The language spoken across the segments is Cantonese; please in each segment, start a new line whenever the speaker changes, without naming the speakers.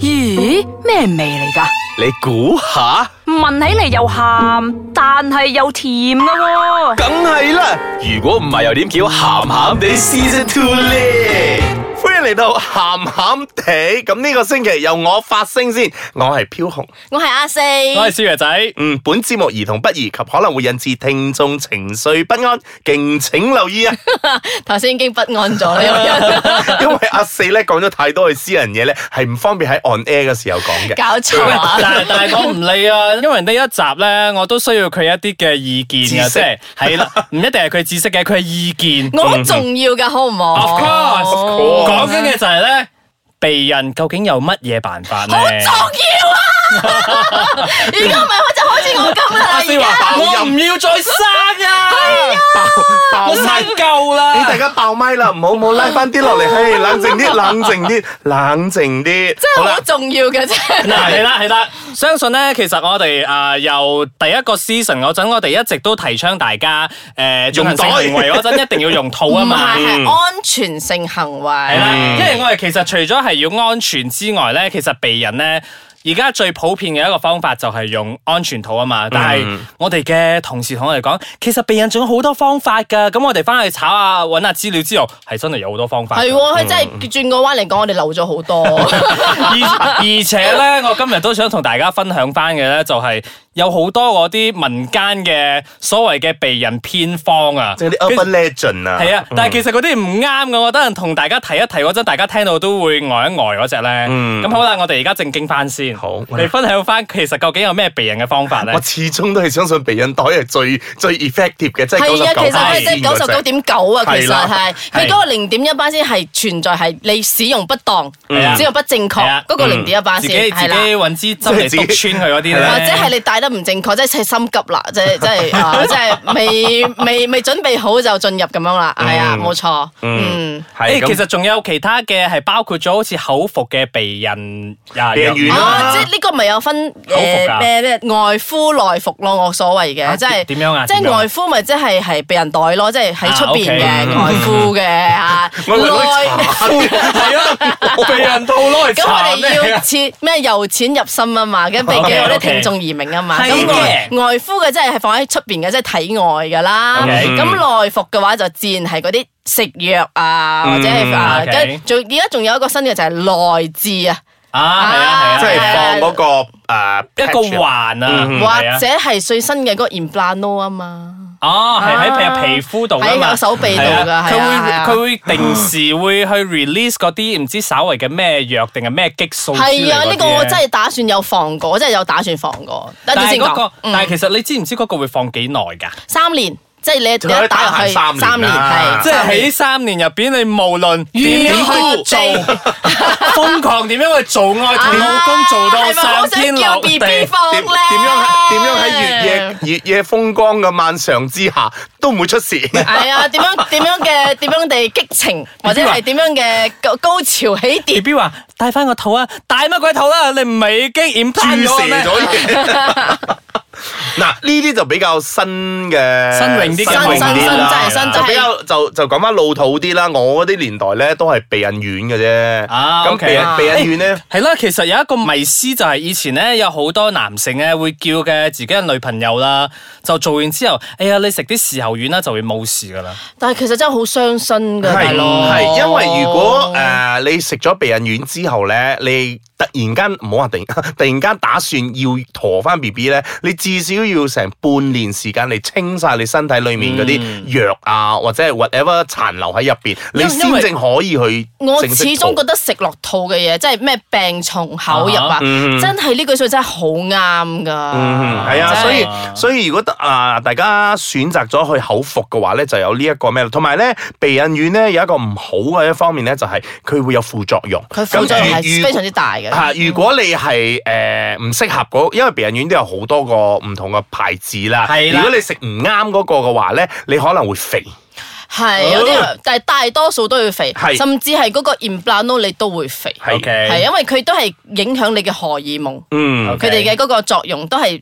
咦，咩味嚟噶？
你估下，
聞起嚟又鹹，但係又甜噶喎、
梗係啦。如果唔係又點叫鹹鹹地 Season Two 咧？歡迎嚟到鹹鹹地，咁呢個星期由我發聲先，我係飄紅。
我係阿四，
我係少爺仔，
嗯，本節目兒童不宜及可能會引致聽眾情緒不安，敬請留意啊！
頭先已經不安咗 啦，
因為阿四咧講咗太多嘅私人嘢咧，係唔方便喺 on air 嘅時候講嘅。
搞錯啊！
但係但係我唔理啊，因為呢一集咧，我都需要佢一啲嘅意見啊，
知識
即係係啦，唔一定係佢知識嘅，佢係意見。
我重要噶，好唔好
Of course，
course
講緊嘅就係咧，避孕究竟有乜嘢辦法
好
咧
重？要啊！ 如果唔係，我就好似我咁啦，
阿
而
四話
家
我唔要再生啊，
爆
我
爆
生
咪，
夠
你大
啦。
家爆咪啦，唔好唔好拉翻啲落嚟，嘿，冷靜啲，冷靜啲，冷靜啲。
真
好
係
啦
好，重要嘅啫。
嗱，係啦，係啦，相信咧，其實我哋啊、由第一個 season 嗰陣，我哋一直都提倡大家誒
用
用性
袋
行為嗰陣一定要用套
唔
啊嘛。
係，係安全性行
係啦
為。，
因為我哋其實除咗係要安全之外咧，其實避孕咧。而家最普遍嘅一個方法就係用安全套啊嘛，但係我哋嘅同事同我哋講，其實避孕仲有好多方法㗎，咁我哋翻去查下揾下資料之後，係真係有好多方法㗎。
係喎，佢真係轉個彎嚟講，我哋漏咗好 多。
而而且咧，我今日都想同大家分享翻嘅咧，就係有好多嗰啲民間嘅所謂嘅避孕偏方啊，
即係啲 urban legend 啊。
係啊，但係其實嗰啲唔啱嘅，我等陣同大家提一提嗰陣，大家聽到都會呆一呆嗰只咧。
嗯
咁好啦，我哋而家正經翻先，
好
你分享翻其實究竟有咩避孕嘅方法咧
我？始終都係相信避孕袋係最最 effective 嘅，即係九十
係啊，
九
其實佢真係九十九點九啊，其
係
實
啦
係佢
係
嗰個零點一巴仙係存在係你使用不當
係啊、
使用不正
係
確
啊
嗰個零點一巴
自
仙
己自
係啦。
己揾支針嚟篤穿佢嗰啲咧，
或者係你帶得唔正確，即係心急啦，即係即係啊， 即係未未未準備好就進入咁樣啦，係啊，冇錯，嗯。
係
誒，其
咁。
實仲有其他嘅係包括咗好似口服嘅避孕啊
避孕丸啦
啊！即係呢個咪有分
服
誒
㗎
咩咩外敷內服咯，我所謂嘅，即係
點點樣啊
即
點樣
係
啊
外敷咪即係係避孕袋咯，即係喺出
啊
邊
，OK，
嘅
嗯
外敷嘅 嚇，
我以為攞
內
去查
係啊，避孕套攞嚟
咁
搽
我哋
咩
要
啊？
切咩由淺入深啊 嘛，咁俾嘅
OK，OK
我啲聽眾移明啊嘛。
係
咁外
嘅
外敷嘅即係係放喺出邊嘅，即係體外噶啦。
OK 嗯
咁內服嘅話就自然係嗰啲食藥啊，或者係啊，
嗯 OK
跟仲而家仲有一個新嘅就係內置啊，
啊，係啊，
即
係
係
啊，
放嗰個呃誒
一個環啊，
嗯
或
係啊
者係最新嘅嗰個 implano 啊嘛。
哦，係
啊
喺皮皮膚度㗎
喺
嘛，
個手臂度㗎
係啊
係啊係啊
佢會佢會定時會去 release 嗰啲唔知稍微嘅咩藥定係咩激素之類嗰啲
係
咧。
啊，呢個我真係打算有放過，我真係有打算放過。等
但
陣
係
先
嗰個
講，，嗯
但係其實你知唔知嗰個會放幾耐㗎？
三年，即係你
仲有
一
得打
打入去
行三年
三年
啦
係，
啊即係喺三年入邊，你無論點
如
點
何
都 做，瘋狂點樣去做愛，
啊
同老公做到上天落地。
點點樣點樣喺月夜月夜風光嘅漫長之下都唔會出事。
係啊，點樣點樣嘅點樣地激情，或
啊
者係點樣嘅高高潮起
B
跌，
B 話帶翻個肚啊，帶乜鬼肚啦？你唔係已經 implant
注
咗
射
咩？
咗嘢。嗱，呢啲就比較新嘅，
新穎啲嘅
穎
新新新
啦
真係新
真係
就比較就就講翻老土啲啦。我嗰啲年代咧都係避孕丸嘅啫。
啊
咁
OK
避
啊
孕避孕丸咧，
係啦，其實有一個迷思就係以前咧有好多男性咧會叫嘅自己嘅女朋友啦，就做完之後，哎呀你食啲事後丸啦就會冇事噶啦。
但係其實真係好傷身㗎，大
係
佬。哦
係因為如果誒你食咗避孕丸之後咧，你突然間唔好話突然 突然間打算要陀翻 B B 咧，你至少要成半年時間嚟清晒你身體裡面嗰
嗯
啲藥啊，或者係 whatever 殘留喺入邊，你
因
先正可以去
我
正式
始終
做
覺得食落肚嘅嘢，即係咩病從口入啊，真係呢句説真係好啱
嗯，
㗎。
係啊，
真係
所以所以如果啊、大家選擇咗去口服嘅話咧，就有呢一個咩啦，同埋咧避孕丸咧有一個唔好嘅一方面咧，就係、佢會有副作用。
佢副作用
咁如
係非常之大嘅。
嚇！如果你係誒唔適合嗰，因為避孕丸都有好多個唔同嘅牌子啦。
係啦
如果你食唔啱嗰個嘅話咧，你可能會肥。
係有啲人，但係大多數都會肥
哦係，
甚至係嗰個 implano 你都會肥，
係
OK
係因為佢都係影響你嘅荷爾蒙。
嗯，
OK
佢哋嘅嗰個作用都係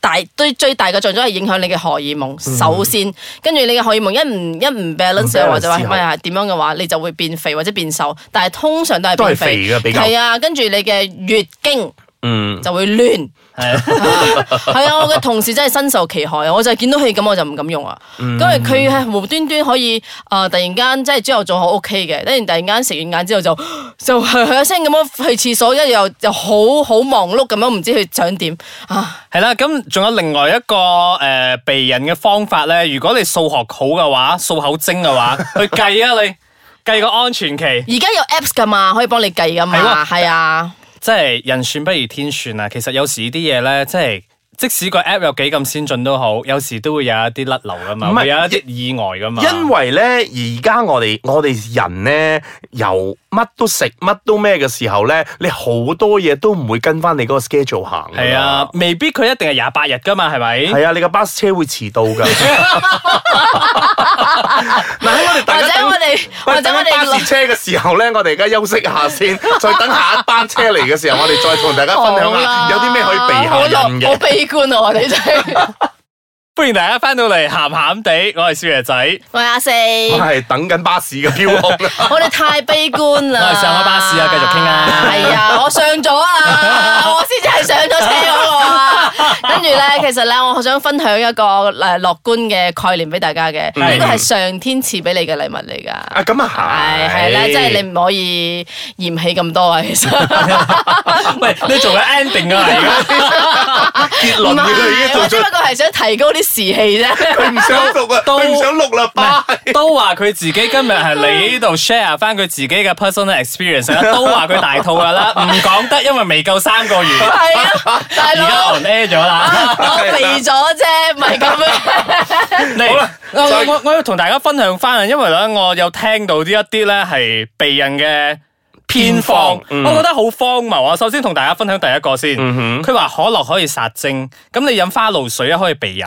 大最最大嘅作用都係影響你嘅荷爾蒙。首先，跟住你嘅荷爾蒙一唔一唔 balance
嗯唔 balance
嘅或者話
之後
咩啊點樣嘅話，你就會變肥或者變瘦。但係通常都係
都係
變
肥
肥
嘅比較
係啊，跟住你嘅月經
嗯，
就會亂。
係
係啊，我嘅同事真係身受其害啊！我就係見到佢咁，我就唔敢用啊。
嗯
因為佢係無端端可以誒、呃突然間即係朝頭早好 OK 嘅，跟住突然間食完晏之後就 就響一聲咁樣去廁所，跟住又又好好忙碌咁樣，唔知佢想點啊？
係啦，咁仲有另外一個诶避孕嘅方法咧，如果你數學好嘅話，數口精 嘅話，去計啊你計個安全期。
而家有 apps 㗎嘛，可以幫你計㗎
係喎
嘛，係啊。
即係人算不如天算啊！其實有時呢啲嘢咧，即係即使個 app 有幾咁先進都好，有時都會有一啲甩流噶嘛，
唔係
會有一啲意外噶嘛。
嗯因為咧，而家我哋我哋人咧，由乜都食乜都咩嘅時候咧，你好多嘢都唔會跟翻你嗰個 schedule 行。
係啊，，未必佢一定係廿八日噶嘛，係咪？
係啊，你個巴士車會遲到㗎。 嗱喺我哋大
或
家
者
等
我哋，或
喂
者
等
我
緊巴士
哋啊
車嘅時候咧，我哋而家休息下 先，再等下一班車嚟嘅時候，我哋再同大家分享下有啲咩可以避下孕
好
嘅。
悲觀啊！我哋 真係，
歡迎大家翻到嚟，鹹鹹地，我係少爺 仔。
我係阿四，
我係等緊巴士嘅飄啊空。
我哋太悲觀啦！
我哋上咗巴士啊繼續傾啊
係啊，我上咗啊，我先至係上咗車嗰個啊。跟住咧，其實咧，我想分享一個誒樂觀嘅概念俾大家嘅，
係
呢個係上天賜俾你嘅禮物嚟㗎。
啊，咁啊
係
係，
係啦，即係你唔可以嫌棄咁多啊，其實
喂，你做緊 ending 啊而家？
結
唔
論嘅佢已經
係，
做
我只
咗
不，過係想提高啲士氣啫。
佢唔想讀 啊，
都
佢唔想錄啦，拜。
都話佢自己今日係嚟呢度 share 翻佢自己嘅 personal experience 啦， 都話佢大肚噶 啦，唔講得，因為未夠三個月，
係啊，大
而家
佬
on。air 咗 啦。
我肥咗啫，唔係咁樣。
好啦，我我我要同大家分享翻啊，因為咧我有聽到呢一啲咧係避孕嘅偏方，
嗯
我覺得好荒謬啊！首先同大家分享第一個先，佢話、可樂可以殺精，咁你飲花露水啊可以避孕。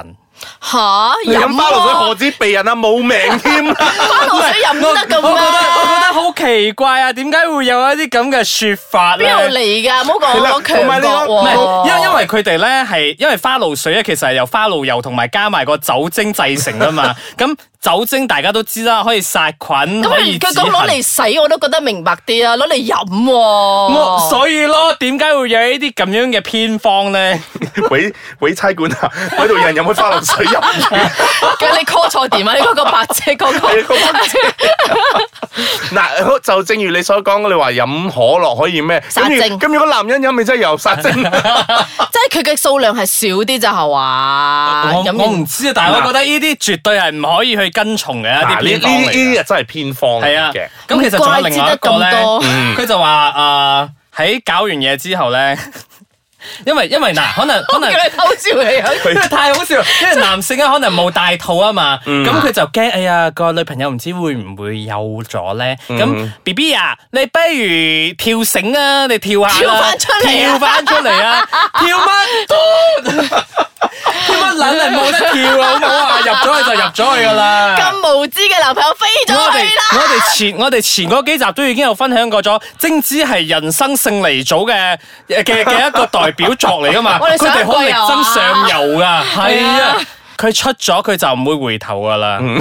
吓，
飲花露水
啊
何止避孕啊，冇命添啊啦！
花露水飲得咁
我覺得我覺
咩？
得好奇怪啊，點解會有一啲咁嘅說法咧？
邊度嚟㗎？唔好講我
係啦
強
同
唔
埋
國
你
喎。
係，因因為佢哋咧係因為花露水咧，其實係由花露油同埋加埋個酒精製成 啊嘛。咁酒精大家都知啦，可以殺菌，
咁
可以
佢佢
止
咁攞
痕
嚟洗，我都覺得明白啲啊，攞嚟飲
我
喎。
所以咯，點解會有呢啲咁樣嘅偏方咧？
喂喂，差館啊，喺度有人飲開花露水飲完。
咁你 call 錯 電話，你嗰個白姐嗰個
係
啊
個分子 嗱，就正如你所講，你話飲可樂可以咩？
殺
咁如
精
咁如果男人飲，咪真係又殺 精。
即係佢嘅數量係少啲咋係話？
我
飲
我唔
完
知啊，但係我覺得呢啲絕對係唔可以去跟從嘅一
嗱呢
啲
呢
偏方嚟
啲呢
嘅。
啲真係偏方嚟
係啊
嘅。，
咁其實仲有另外一個
唔怪之得咁多
咧，佢就話誒喺搞完嘢之後咧， 因為因為嗱， 可能可
叫
能。
你偷笑你啊！
因為太好笑，因為男性咧可能冇大肚啊嘛，咁佢就驚，哎呀個女朋友唔知會唔會有咗咧，咁 B B 啊，你不如跳繩啊，你跳下啦
跳返出嚟啊
跳翻出嚟 啊，跳乜都，跳乜撚嚟冇得跳啊，好冇啊，入咗去就入咗去噶啦。
咁無知嘅男朋友飛
我
咗
哋
去啦！
我哋前我哋前嗰幾集都已經有分享過咗，精子係人生勝利組嘅嘅嘅一個代表作嚟噶嘛，
我
佢
哋上一季
哋好力爭上游噶，係
係
啊
啊，
佢出咗佢就唔會回頭噶啦，
嗯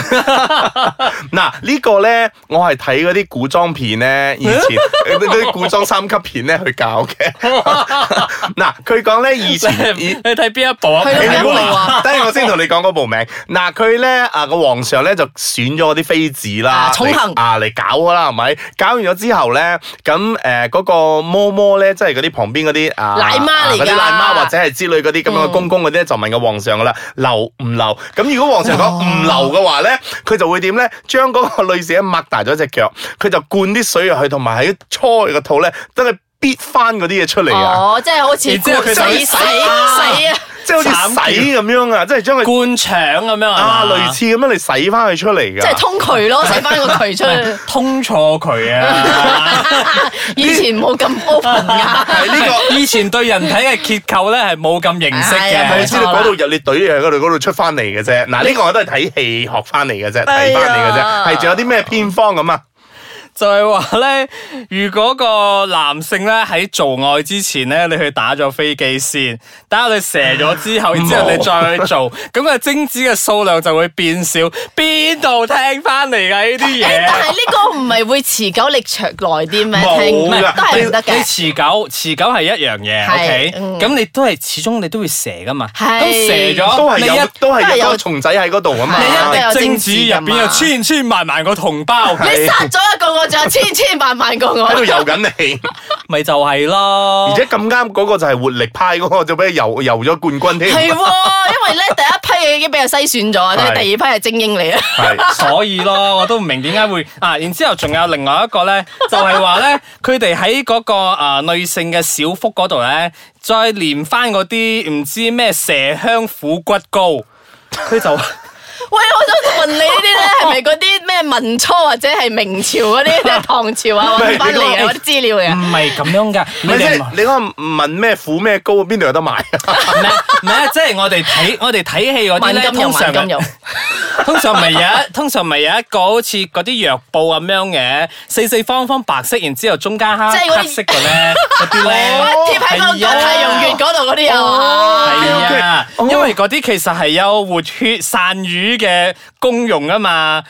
嗱呢個咧，我係睇嗰啲古裝片咧，以前 呃嗰啲古裝三級片咧去教嘅。嗱，佢講咧以前以
你。你睇邊一部啊？
去到
你
邊一
唔
部
好話
啊
等陣我先同你講嗰部名。嗱，佢咧啊個皇上咧就選咗嗰啲妃子啦，
啊寵幸
嚟啊嚟搞㗎啦，係咪？搞完咗之後咧，咁誒嗰個嬷嬷咧，即係嗰啲旁邊嗰啲啊
奶媽嚟㗎
嗰啲奶媽或者係之類嗰啲咁樣嘅公公嗰啲咧，就問個皇上㗎啦，留唔留？咁如果皇上講唔留嘅話咧，佢就會點咧？將嗰個女士咧擘大咗隻腳，佢就灌啲水入去，同埋喺搓佢個肚咧，等佢逼翻嗰啲嘢出嚟啊！
哦，即係好似
然之後佢
洗
就
洗洗啊！
即係好似
斬
洗咁樣啊！即係將佢
灌腸咁樣
啊，類
似
似咁樣你洗翻佢出嚟
即
噶
係。通渠咯，洗翻個渠出 去。
通錯佢啊！
以前冇咁 open 噶，
係呢個，
以前對人體嘅結構咧係冇咁認識
係
係
啊冇
你
嘅
錯。
知道嗰度入你懟嘢喺嗰度，嗰度出翻嚟嘅啫。
啊
嗱，呢個我都係睇戲學翻嚟嘅啫，睇翻嚟嘅
哎呀
啫。係仲有啲咩偏方咁啊？
就係話咧，如果個男性咧喺做愛之前咧，你去打咗飛機先，等下你射咗之後，然之後你再去做，咁啊精子嘅數量就會變少。邊度聽翻嚟㗎呢 啲
但係
嘢？
呢個唔係會持久力長耐啲咩？
冇
聽
㗎
都係唔得
你你
嘅。
持久持久係一樣嘢
係
，OK，
嗯
咁你都係始終你都會射噶嘛，
係
咁射咗
都係
你一
有都
啊都係
係有
有
多蟲仔喺嗰度啊嘛
係。啊都有
你一滴
精
精
子
子入邊
㗎
有
嘛
千千萬萬個同胞，
你殺咗一個我，仲有千千萬萬個我
喺。度游緊 你，
咪就係咯
哦
而。且咁啱嗰個就係活力派嗰個，就俾你游游咗冠軍添。
係喎，因為咧第一批已經俾人篩選咗，跟住第二批係精英嚟啊。
係
所以咯，我都唔明點解會啊！然之後仲有另外一個咧，就係話咧，佢哋喺嗰個啊、女性嘅小腹嗰度咧，再連翻嗰啲唔知咩蛇香虎骨膏，佢就
喂，我想問你呢啲咧係咪嗰啲咩民初或者係明朝嗰啲定係唐朝啊
喂
揾翻嚟嘅嗰啲資料啊
唔
嘅？
係咁樣噶。你
咪即
哋
係你嗰個問咩苦咩高，邊度有得買啊？
唔係唔係，即係我哋睇我哋睇戲嗰啲
萬
咧，
金油，
通
萬
常
金油。
通常咪有一，通常咪有一個好似嗰啲藥布啊咁樣嘅，四四方方白色，然之後中間
即
黑
係嗰啲
黑色嘅咧，嗰啲 咧
貼喺個
係啊
太陽穴嗰度嗰啲有啊。
係啊，
哦
因為嗰啲其實係有活血散瘀嘅功用啊嘛。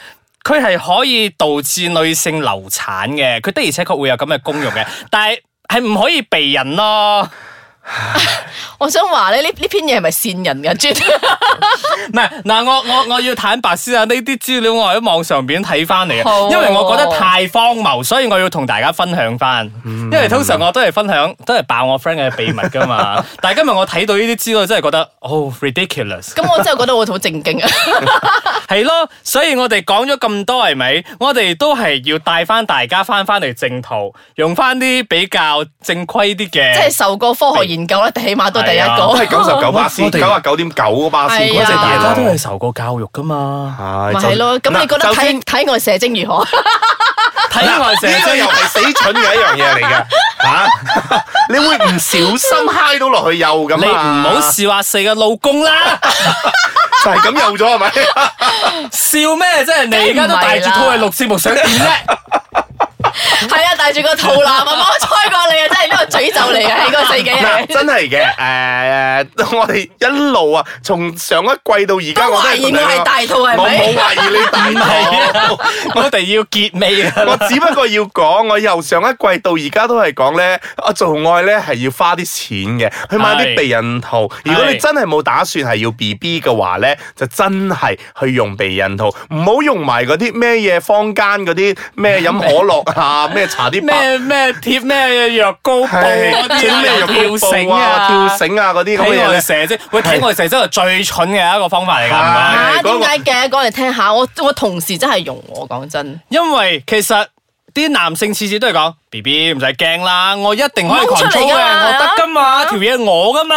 佢係可以導致女性流產嘅，佢的而且確會有咁嘅功用嘅，但係係唔可以避孕咯。
我想話咧，呢呢篇嘢係咪善人嘅？專
唔係嗱，我我我要坦白先啊，呢啲資料我喺網上邊睇翻嚟
好啊
嘅，因為我覺得太荒謬，所以我要同大家分享翻。因為通常我都係分享，都係爆我 friend 嘅秘密噶嘛。但係今日我睇到呢啲資料，真係覺得哦 ridiculous。
咁我真係覺得我好正經啊！
係咯，所以我哋講咗咁多係咪？我哋都係要帶翻大家翻翻嚟正途，用翻啲比較正規啲嘅。
即係受過科學研究咧，起碼都第一
係啊
個
我。係九十九巴士，
我哋
九啊九點九個巴士。
係啊
嗰隻
大
大
家
佬
受過教育噶嘛，
係
咪係咯，咁你覺得
首先
睇睇外射精如何？
體外射
呢個
精
又係死蠢嘅一樣嘢嚟 嘅嚇，你會唔小心揩到落去又
你
咁
唔
啊？
好笑話四個老公啦，,
就係咁又咗 係咪？
笑咩啫？你而家都帶住套去錄節目，想 點啫？
係啊，帶住個肚腩啊，冇猜過你啊，真係呢個詛咒嚟嘅，呢個世紀啊
嗱，
係。
真係嘅誒，我哋一路啊，從上一季到而家，
都
我都
懷
係
疑
同你
我係
講
大肚係
我冇
咪？
懷疑你大肚。
我哋要結尾啊啦。
我只不過要講，我由上一季到而家都係講咧，我做愛咧係要花啲錢嘅，去買啲避孕套。如果你真係冇打算係要 B B 嘅話咧，就真係去用避孕套，唔好用埋嗰啲咩嘢坊間嗰啲咩飲可樂啊， 咩搽啲白。
咩咩貼咩藥膏布
係
嗰啲
整
啊
咩
又
藥
跳
膏
繩
布啊、
啊、
跳繩啊嗰啲咁嘅
睇
嘢
外
咧，
射精，喂，睇外射精係最蠢嘅一個方法嚟㗎，唔該。
啊，
係嗰
點
個
解嘅？講嚟聽下，我我同事真係用我，講真。
因為其實啲男性次次都係講 B B 唔使驚啦，我一定可以
掹出
control
嚟㗎
嘅，
嘛
我得噶嘛，條嘢我噶嘛。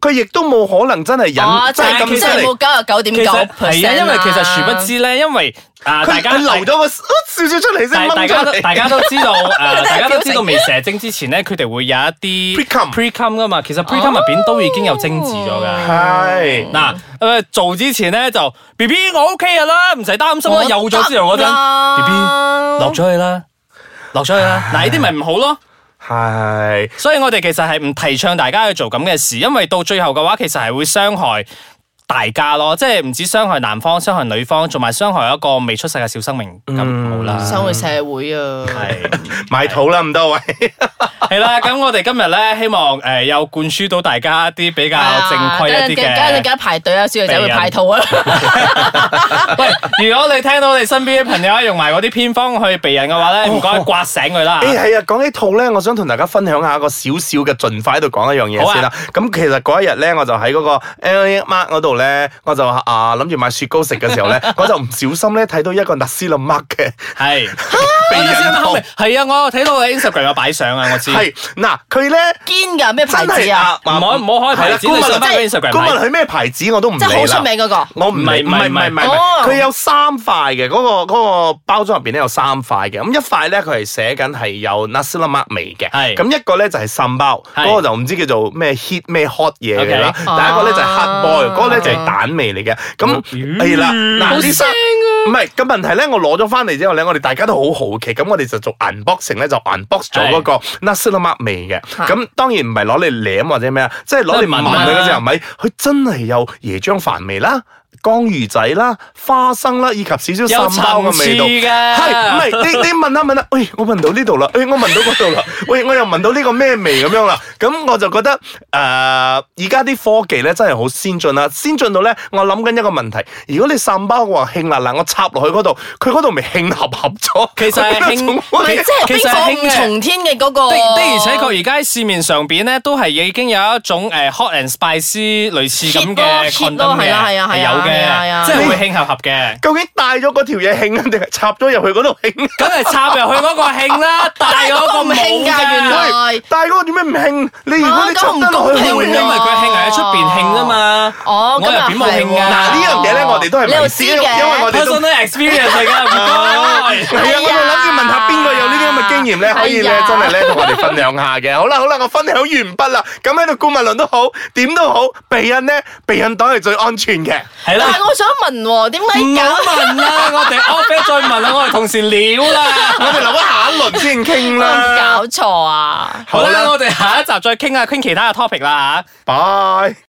佢亦都冇可能真係
啊，
哦
忍，
真
真係
係
咁
真係
犀利
冇。九十九點
其
九
實
percent
係啊，因為其實殊不知咧，因為啊大
佢
家
佢留咗個少少出嚟先
大
掹
大家
出
都
嚟。
大家都知 道，誒，大家都
表
知道
情
未射精之前咧，佢哋會有一啲
Precum
precum 噶嘛。其實
哦
precum 入邊都已經有精子咗㗎。
係
嗱，誒做之前咧就 B B 我 OK 㗎啦，唔使擔心啦。有咗之後嗰陣，B B 落咗去啦，落咗去啦。嗱，呢啲咪唔好咯。
係。
所以我哋其實係唔提倡大家去做咁嘅事，因為到最後嘅話，其實係會傷害大家咯，即係唔止傷害男方、傷害女方，仲埋傷害一個未出世嘅小生命咁唔好啦。
生
嗯
活社會啊，
係
埋肚啦，咁多位，
係啦，咁我哋今日咧，希望誒、呃有灌輸到大家一啲比較
啊
啊正規一啲
梗係
嘅。
梗係排隊啊，小女仔會排肚啊。
喂，如果你聽到你身邊嘅朋友用埋嗰啲偏方去避孕嘅話
哦
咧，唔該刮醒佢啦。
誒係啊，講起套咧，我想同大家分享下一個少少嘅，盡快喺度講一樣
啊
嘢先啦。咁、其實嗰一日咧，我就喺嗰個 L A Mark 嗰度咧，我就啊諗住買雪糕食嘅時候 咧，我就唔小心咧睇到一個納斯林 Mark 嘅
係，
避
我先
孕
啱
套
啱，係啊，我有睇到你 Instagram 有擺相啊，我知。
係嗱佢咧
堅㗎，咩牌
真
子
係
啊？
唔好唔好開牌子，
係
你
啦
上翻
顧問
Instagram
顧
睇
問佢咩牌子我都唔理
即
啦。
係好出名嗰個。
我唔
唔係
係唔係
唔
唔係
係唔
唔
係
係，
哦
佢有三塊嘅，嗰、個嗰個包裝入邊咧有三塊嘅，咁一塊咧佢係寫緊係有 Nasilamak 味嘅，
係
咁一個咧就係滲包，
係
嗰個就唔知叫做咩 hit 咩 hot 嘢嘅啦
OK
第一個咧就係 hot boil，
哦
嗰個咧就就係蛋味嚟嘅。咁
嗯
係啦，嗱
好
呢
腥
三
啊！
唔係個問題咧，我攞咗翻嚟之後咧，我哋大家都好好奇，咁我哋就做 unboxing 咧，就 unbox 咗嗰個 n a s l a m a 味嘅。
嚇
咁當然唔係攞嚟舐或者咩啊，即係攞嚟聞佢嗰只係咪？佢真係有椰漿飯味啦。江魚仔啦、花生啦，以及少少
有
散包嘅味道，
層次嘅啊
係唔係？你你聞下聞下，喂，我聞到呢度啦，哎喂，我聞到嗰度啦， 喂，我又聞到呢個咩味咁樣啦，咁我就覺得誒，呃而家啲科技咧真係好先進啦，先進到咧，我諗緊一個問題，如果你散包嘅話，興辣辣，我插落去嗰度，佢嗰度咪興合合咗，
其實
我
係
覺得
興
仲
唔係
威
即係
其
冰
實係興
火五
嘅
重天嘅嗰個。
的的而且確，而家喺市面上邊咧，都係已經有一種誒 hot and spicy 類似咁
Hit 咯
嘅
hit
condom
咯
嘅，
係啊係啊係啊係啊係
有
啊
嘅，即係會興合合嘅。
究竟帶咗嗰條嘢興啊，定係插咗入去嗰度興？啊
梗係插入去嗰個興啦，大嗰個
但係嗰個唔
冇㗎
興㗎原來
喂，帶嗰個點解唔興？你如果你
啊咁
插
唔
得落去，
因為
會
因
興
為
啊
佢興係喺出邊興啊嘛。
哦，
我
咁
入
又
邊冇
係
興㗎
喎
嗱
啊呢樣嘢咧，我哋都係
你
迷
又
思，
知
因為
嘅
我哋都。
Personal experience 嚟㗎，唔該。
係啊，我哋諗住問下邊個有呢啲咁嘅經驗咧，可以
哎
咧
呀
真係啊咧同我哋分享下 嘅。好啦好啦，我分享完畢啦。咁喺度顧問論都好，點都好，避孕咧，避孕袋係最安全 嘅。
但
係啦。
係我想問喎，點
唔
解
好問啦，我哋 off air 再問啦，我哋同事料
我
啦。
哋留翻下一輪先傾
搞
啦。
搞錯啊？
好
好啦
啦，我哋下一集再傾下傾其他嘅 topic 啦嚇。
拜。